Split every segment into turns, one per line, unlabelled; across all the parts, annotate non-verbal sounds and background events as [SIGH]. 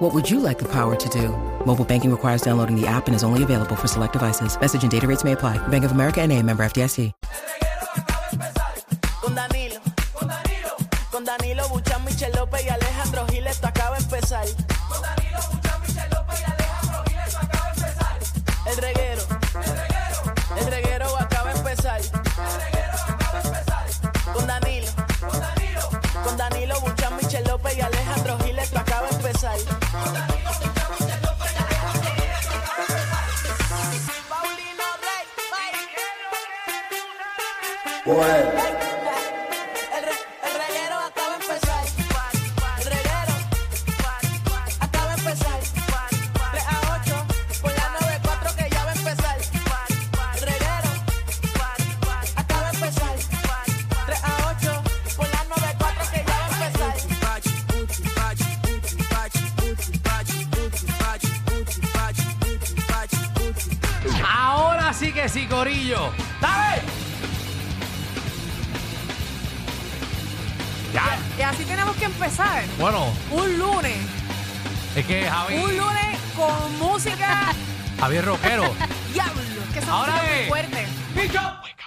What would you like the power to do? Mobile banking requires downloading the app and is only available for select devices. Message and data rates may apply. Bank of America and a member FDIC.
Con Danilo, con Danilo, con Danilo Buchan, Michel López y Alejandro Gil, esto acaba de empezar. Con Danilo Buchan, Michel López y Alejandro Gil, esto acaba de empezar. El reguero, el reguero, el reguero acaba de empezar. El reguero acaba de empezar. Con Danilo, con Danilo, con Danilo Buchan, Michel López y Alejandro Gil, esto acaba de empezar. Con Danilo Buchan, Michel López y Alejandro Gil, esto acaba de empezar. Paulino Rey,
Pues,
El re- el reguero acaba de empezar. El reguero acaba de empezar. 3 a 8 por la 94 que ya va a empezar. El reguero acaba de empezar. 3 a 8 por la 94 que ya va a empezar.
Ahora sí que sí, Corillo. ¡Dale! Ya.
Y así tenemos que empezar.
Bueno,
Un lunes.
es que Javi,
Un lunes con música.
Javier Roquero.
Diablo. Que esa [LAUGHS]
Ahora
música es
es.
muy fuerte.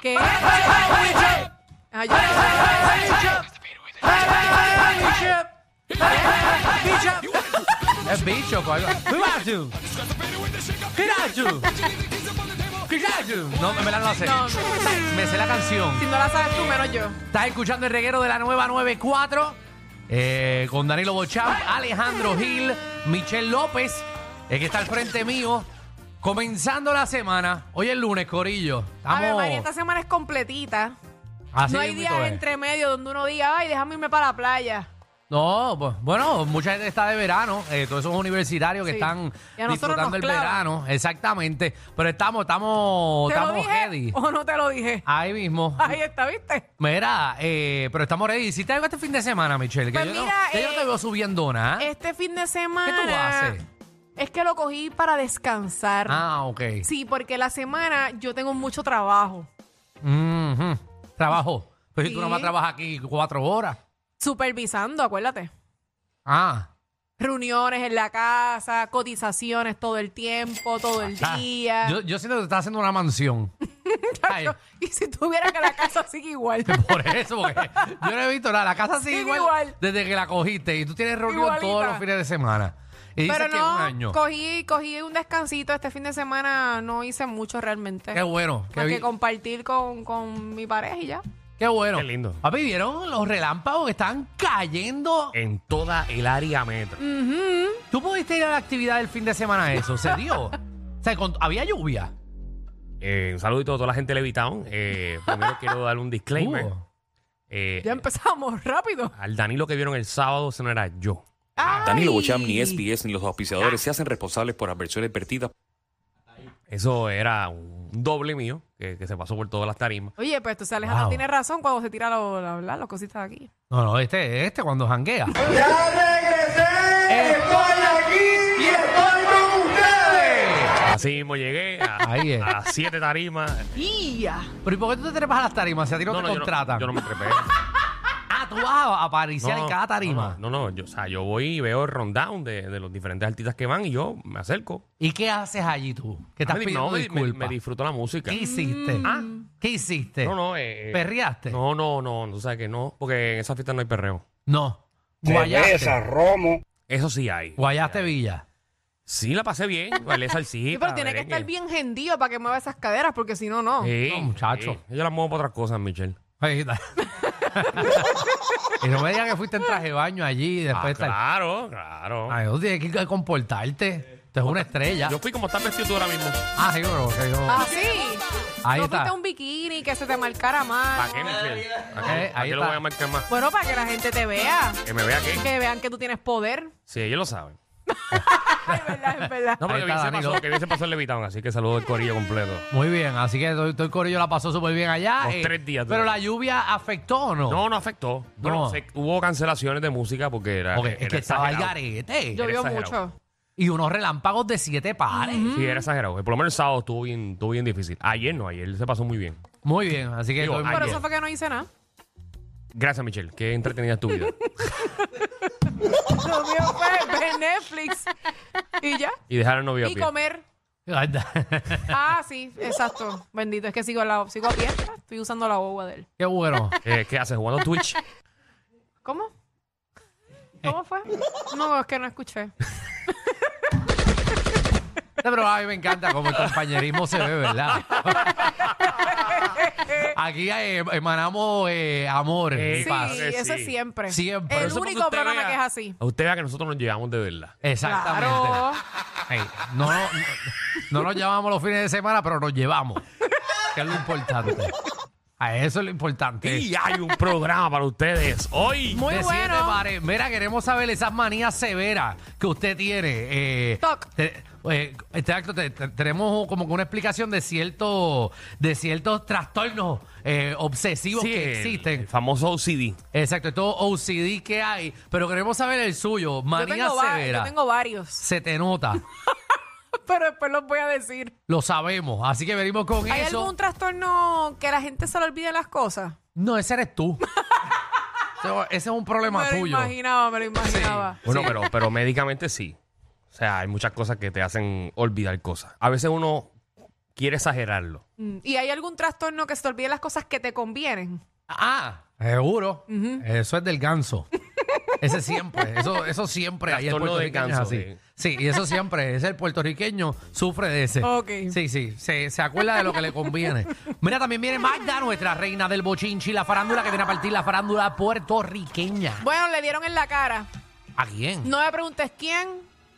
¿Qué? Ah, yo-
es bicho, coño. Pikachu. Pikachu. Pikachu. No, me la no la sé.
No, no.
Me sé la canción.
Si no la sabes tú, menos yo.
Estás escuchando el reguero de la nueva 94 eh, con Danilo Bochamp, Alejandro Gil, Michelle López, el que está al frente mío. Comenzando la semana, hoy es lunes, Corillo.
A ver, María, esta
Estamos
semana es completita.
así
no hay
mismito
días
es.
entre medio donde uno diga, ay, déjame irme para la playa.
No, pues, bueno, mucha gente está de verano, eh, todos esos universitarios que
Sí.
están
Y a nosotros
disfrutando
nos
el
clavan.
verano, exactamente. Pero estamos, estamos,
¿Te lo
estamos
dije
ready. Ah.
o no te lo dije?
Ahí mismo.
Ahí está, ¿viste?
Mira, eh, pero estamos ready. ¿Hiciste algo este fin de semana, Michelle? Que
Pues
yo, no-
mira,
que yo no
eh,
te veo subiendo nada.
Este fin de semana...
Ah. haces?
Es que lo cogí para descansar.
Ah, ok.
Sí, porque la semana yo tengo mucho trabajo.
Ujú. Trabajo. Pero si tú
Sí.
nomás trabajas aquí cuatro horas.
Supervisando, acuérdate.
Ah.
Reuniones en la casa, cotizaciones todo el tiempo, todo el
Ah,
día.
Yo, yo siento que te estás haciendo una mansión.
[LAUGHS]
Ay,
Yo- [LAUGHS] y si tuviera que la casa
[LAUGHS]
sigue igual.
por eso, porque yo no he visto nada. La casa sigue
Sigue
igual,
igual.
desde que la cogiste y tú tienes reunión
Igualita.
todos los fines de semana. Y dices
Pero
que un
no,
año.
cogí, cogí un descansito este fin de semana, no hice mucho realmente.
Qué bueno. Qué,
Más que
bi-
compartir con, con mi pareja y ya.
qué bueno.
Qué lindo.
Papi, ¿vieron los relámpagos que están cayendo?
en toda el área metro.
Mm.
¿Tú pudiste ir a la actividad del fin de semana eso? ¿Se
[LAUGHS]
dio? o sea, con- había lluvia.
Eh, un saludito a toda la gente de Levitown.
[LAUGHS]
Eh, primero quiero dar un disclaimer.
Hubo.
Eh,
Ya empezamos [LAUGHS] rápido.
al Danilo que vieron el sábado, ese no era yo.
Danilo
¡Ay! Ah.
Bocham, ni SBS, ni los auspiciadores se hacen responsables por adversiones vertidas
Eso era un doble mío que, que se pasó por todas las tarimas.
Oye, pues tú, Alejandro,
Wow.
tiene razón cuando se tira lo, la- la- las cositas de aquí.
No, no, este, este cuando janguea.
¡Ya regresé! ¡Estoy aquí y estoy con ustedes!
Así mismo llegué a,
Ahí es.
a las siete tarimas.
Pero ¿y por qué tú te trepas a las tarimas si a ti no, te
yo
contratan?
yo no me
[LAUGHS]
trepé.
Ah, tú vas a
No,
apariciar en cada tarima.
No, no, no, yo, o sea, yo voy y veo el rundown de, de los diferentes artistas que van y yo me acerco.
¿Y qué haces allí tú? Que estás
Ah, me di-
pidiendo
no, me, me-
disculpas.
me disfruto la música.
¿Qué hiciste?
Ah.
¿Qué hiciste?
No, no, eh, eh,
¿Perreaste?
No, no, no, no, o sea que no, porque en esa fiesta no hay perreo.
No. Guayaste.
Romo.
Eso sí hay.
Guayaste Villa.
Sí, la pasé bien. [LAUGHS] Bailé salsita.
Sí, pero tiene que
merengue.
estar bien gendido para que mueva esas caderas, porque si no, no.
Sí,
No, muchacho.
sí. Yo la muevo para otras cosas, Michelle.
Ahí está. [LAUGHS] y no me digas que fuiste en traje de baño allí y después
Ah,
estar-
claro, claro.
Ay, tú tienes que comportarte. Tú eres una estrella.
Yo fui como estás vestido tú ahora mismo.
Ah, sí, pero que yo-
Ah, sí.
Ahí
no
está.
fuiste un bikini que se te marcara más.
¿Para qué, Michelle? ¿Para
Eh,
qué, ¿Para
ahí
qué lo
está.
voy a marcar más?
Bueno, para que la gente te vea.
Que me vea aquí.
[LAUGHS] Que vean que tú tienes poder.
Sí, ellos lo saben.
es verdad, es verdad.
No,
Ahí está
pero que bien se
Danilo.
pasó, que bien se pasó el levitón, así que saludo el corillo completo.
Muy bien, así que todo, todo el corillo la pasó súper bien allá. Eh,
Los tres días, tú
Pero
sabes.
la lluvia afectó o no?
No, no afectó. Bueno,
No.
se- hubo cancelaciones de música porque era.
Ok,
era
es que estaba el
exagerado.
garete.
Yo-
Llovió
exagerado.
mucho.
Y unos relámpagos de siete pares.
Sí, era exagerado. Por lo menos el sábado estuvo bien, estuvo bien difícil. Ayer no, ayer se pasó muy bien.
Muy bien, así que...
Digo,
todo el
ayer.
Por
mundo-
eso fue que no hice nada.
Gracias, Michelle. Qué entretenida es tu vida.
Lo mío fue ver Netflix. Y ya.
y dejar al novio a
Y
pie.
comer.
[LAUGHS]
Ah, sí, exacto. Bendito, es que sigo, la, sigo a pie. Estoy usando la boba de él.
Qué bueno.
Eh, ¿Qué
[LAUGHS]
haces? ¿Jugando Twitch?
¿Cómo? ¿Cómo fue? No, es que no escuché.
No, Pero Este a mí me encanta cómo el compañerismo se ve, ¿verdad? Aquí eh, emanamos eh, amor y
Eh,
Sí,
paz.
que
eso es
sí.
siempre.
Siempre.
El
Eso
porque
único
usted
programa
vea-
que es así.
A usted vea que nosotros nos llevamos de verdad.
Exactamente.
Claro.
Ey, no, no, no nos llamamos los fines de semana, pero nos llevamos. Que es lo importante. A eso es lo importante.
Y hay un programa para ustedes hoy.
Muy
De siete
bueno.
pares. Mira, queremos saber esas manías severas que usted tiene. Eh,
Toc.
te- eh, exacto, te- te- tenemos como que una explicación de, cierto, de ciertos trastornos eh, obsesivos
Sí,
que
el-
existen.
El famoso OCD.
Exacto, todo OCD que hay, pero queremos saber el suyo.
Yo
Manía
tengo, va-
severa.
yo tengo varios, [LAUGHS]
Se te nota.
pero después los voy a decir.
Lo sabemos. Así que venimos con
¿Hay
eso.
algún trastorno que la gente se le olvide las cosas?
No, ese eres
[LAUGHS]
tú. Ese- Ese es un problema
me lo
tuyo.
imaginaba, me lo imaginaba.
Bueno, pero, pero médicamente sí. O sea, hay muchas cosas que te hacen olvidar cosas. A veces uno quiere exagerarlo.
Mm, ¿Y hay algún trastorno que se te olvide las cosas que te convienen?
Ah, seguro. Eso es del ganso. Ese siempre, eso, eso siempre hay el
Trastorno del
puertorriqueño es
ganso,
así. Sí,
sí.
y eso siempre es el puertorriqueño sufre de ese.
Ok.
Sí, sí, se, se acuerda de lo que le conviene. Mira, también viene Magda, nuestra reina del bochinchi, la farándula que viene a partir la farándula puertorriqueña.
Bueno, le dieron en la cara.
¿A quién?
No me preguntes quién,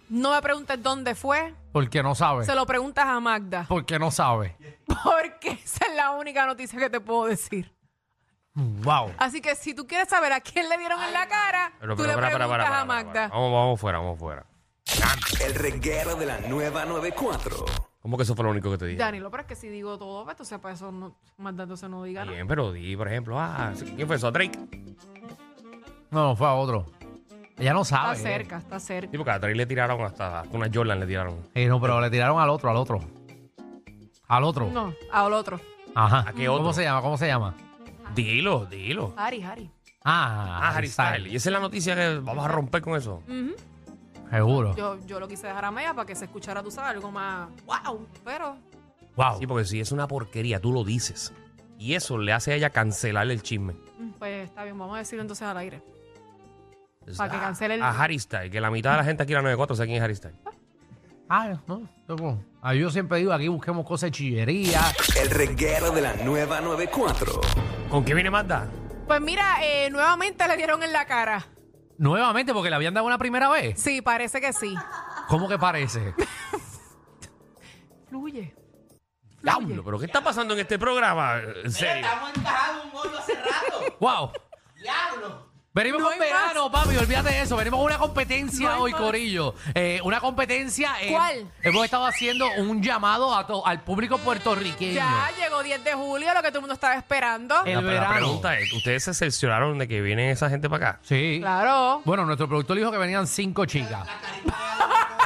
no me preguntes dónde fue,
Porque no
Pues.
sabe.
se lo preguntas a Magda. [LAUGHS]
Porque no sabe.
Porque esa es la única noticia que te puedo decir.
Wow.
Así que si tú quieres saber a quién le dieron en la cara,
Pero,
tú
pero,
le
para, para,
preguntas
para, para,
a
para,
Magda.
para. Vamos, vamos fuera, vamos fuera.
El reguero de la nueva 94.
¿Cómo que eso fue lo único que te dije?
Danilo, pero es que si digo todo, pues, entonces para eso no, Magda entonces no diga nada.
Bien, pero di, por ejemplo, ah, ¿quién fue eso? ¿A Drake?
No, no, fue a otro. Ella no sabe.
Está cerca, está cerca.
Sí, porque a Drake le tiraron hasta, hasta una Jordan le tiraron.
Eh, no, pero le tiraron al otro, al otro. Al otro.
No, al otro.
Ajá.
¿A qué
Mm, ¿Cómo
otro?
se llama? ¿Cómo se llama?
Dilo, dilo.
Ari, Ari.
Ah,
Ah, Harry Styles. Y
Styles.
esa es la noticia que vamos a romper con eso.
Mm. Seguro.
Yo, yo lo quise dejar a media para que se escuchara, tú sabes, algo más. ¡Wow! Pero.
Wow.
Sí, porque si es una porquería, tú lo dices. Y eso le hace a ella cancelar el chisme.
mm, Pues está bien, vamos a decirlo entonces al aire.
Entonces,
Para que
a-
cancele el-
A Harry Styles, que la mitad de la gente aquí en la 94 sabe quién es Harry Styles.
Ah, no. yo, pues, ah, yo siempre digo, aquí busquemos cosas de chillería.
El reguero de la nueva 94.
¿Con qué viene Magda?
Pues mira, eh, nuevamente le dieron en la cara.
Nuevamente, porque le habían dado una primera vez.
Sí, parece que sí.
¿Cómo que parece?
[LAUGHS] Fluye.
Diablo, pero ¿qué está pasando en este programa? En serio.
wow. Venimos
No
con
hay
verano, papi, olvídate de eso. Venimos con una competencia
No hay
hoy,
más.
Corillo. Eh, una competencia. eh,
¿Cuál?
Hemos estado haciendo un llamado a to- al público puertorriqueño.
Ya llegó 10 de julio, lo que todo el mundo estaba esperando.
El
La- pero
verano.
La pregunta es, ¿ustedes se cercioraron de que viene esa gente para acá?
Sí.
Claro.
Bueno, nuestro productor dijo que venían cinco chicas.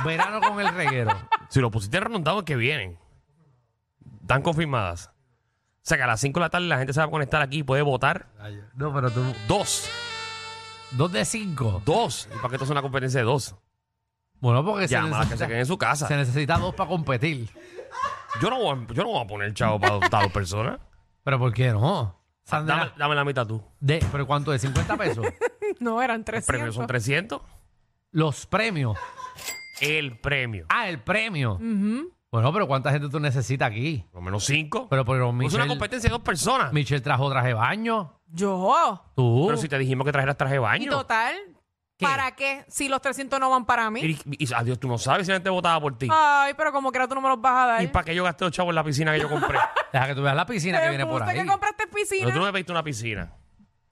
verano con el reguero.
Si lo pusiste redundado es que vienen. Están confirmadas. O sea que a las 5 de la tarde la gente se va a conectar aquí y puede votar
No, pero tú.
dos.
Dos de cinco.
Dos. ¿Y para qué esto es una competencia de dos?
Bueno, porque se
Llama que se
necesita,
queden en su
se
casa.
necesita dos para competir.
Yo no, voy a, yo no voy a poner chavo para adoptar a dos personas.
Pero ¿por qué no? [LAUGHS] Sandra,
Dame, dame la mitad tú.
de- ¿Pero cuánto? ¿De 50
[LAUGHS]
pesos?
No, eran
Los premios son
300.
300.
Los premios.
El premio.
Ah, el premio. Bueno, pero ¿cuánta gente tú necesitas aquí?
Por lo menos 5.
Pero, pero
Es Pues una
Michelle,
competencia de dos personas.
Michelle trajo traje de baño.
Yo.
Tú.
Pero si te dijimos que trajeras traje de
Y
baño.
total,
¿Qué?
¿para qué? Si los 300 no van para mí.
Y, y- adiós, tú no sabes si la gente votaba por ti.
Ay, pero como quiera tú no me los vas a dar.
¿Y para qué yo gasté los chavos en la piscina que yo compré?
Deja que tú veas la piscina que
Te
viene por
puse
ahí.
que compraste
Pero tú
piscina.
no me pediste una piscina.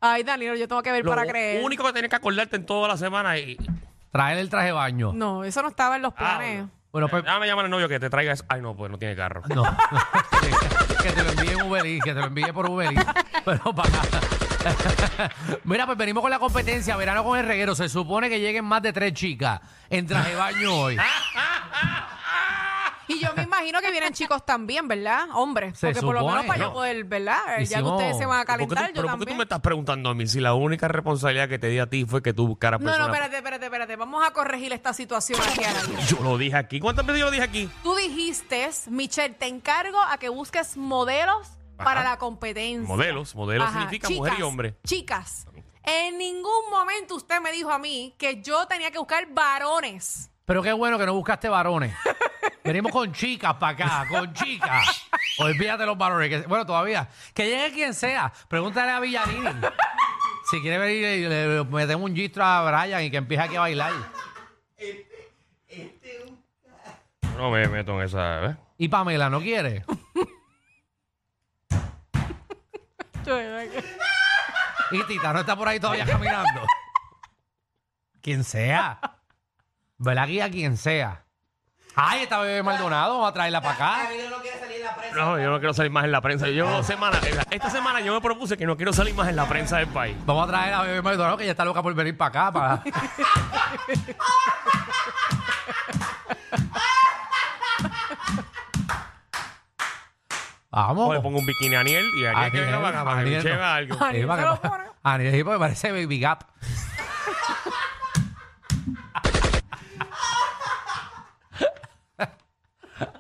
Ay, Danilo, yo tengo que ver
Lo
para creer.
único que tienes que acordarte en toda la semana y
Traer el traje de baño.
No, eso no estaba en los planes.
Bueno, pues.
Déjame llamar al novio que te traiga eso. Ay, no, pues no tiene carro.
No. [LAUGHS] que te lo envíe en Uber Eats, que te lo envíe por Uber Eats. Pero para. [LAUGHS] Mira, pues venimos con la competencia, verano con el reguero. Se supone que lleguen más de tres chicas en traje de baño hoy.
Y yo me imagino que vienen chicos también, ¿verdad? Hombres.
Se
porque por lo
supone,
menos para
no.
yo poder, ¿verdad? Ya que
Hicimos-
ustedes se van a
¿Por qué tú-
calentar, yo
pero ¿por qué tú
también.
me estás preguntando a mí si la única responsabilidad que te di a ti fue que tú buscaras
No, no,
personas?
espérate, espérate, espérate. Vamos a corregir esta situación aquí, Anaí.
Yo lo dije aquí. ¿Cuántas veces yo lo dije aquí?
Tú dijiste, Michelle, te encargo a que busques modelos
Ajá.
para la competencia.
Modelos. Modelos
Ajá,
significa
chicas,
mujer y hombre.
Chicas, en ningún momento usted me dijo a mí que yo tenía que buscar varones.
Pero qué bueno que no buscaste varones. Venimos con chicas para acá, con chicas. Olvídate los varones. que- bueno, todavía. Que llegue quien sea. Pregúntale a Villanini. Si quiere venir, y le, le metemos un gistro a Brian y que empiece aquí a bailar.
No me meto en esa. ¿eh?
Y Pamela, ¿no quiere? Y Tita no está por ahí todavía caminando. Quien sea. ¿Verdad que a quien sea? Ay, esta bebé Maldonado, vamos a traerla para acá.
No, yo no quiero salir más en la prensa.
Ah.
Yo semana, esta semana yo me propuse que no quiero salir más en la prensa del país.
Vamos a traer a bebé Maldonado que ya está loca por venir para acá. Para...
O le
vamos.
pongo un bikini a Aniel y a Aniel que
Aniel,
venga para acá, para que me
Aniel no.
lleve algo.
Sí,
Aniel
para
se
que-
lo pone.
Aniel, sí, porque parece Baby Gap. [LAUGHS]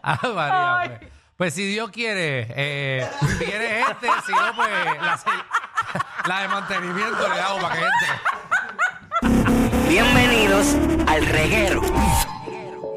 Ah, María,
Ay.
pues. Pues si Dios quiere, eh, viene este, si no, pues la, se- [LAUGHS] la de mantenimiento le hago para que entre.
Bienvenidos al reguero.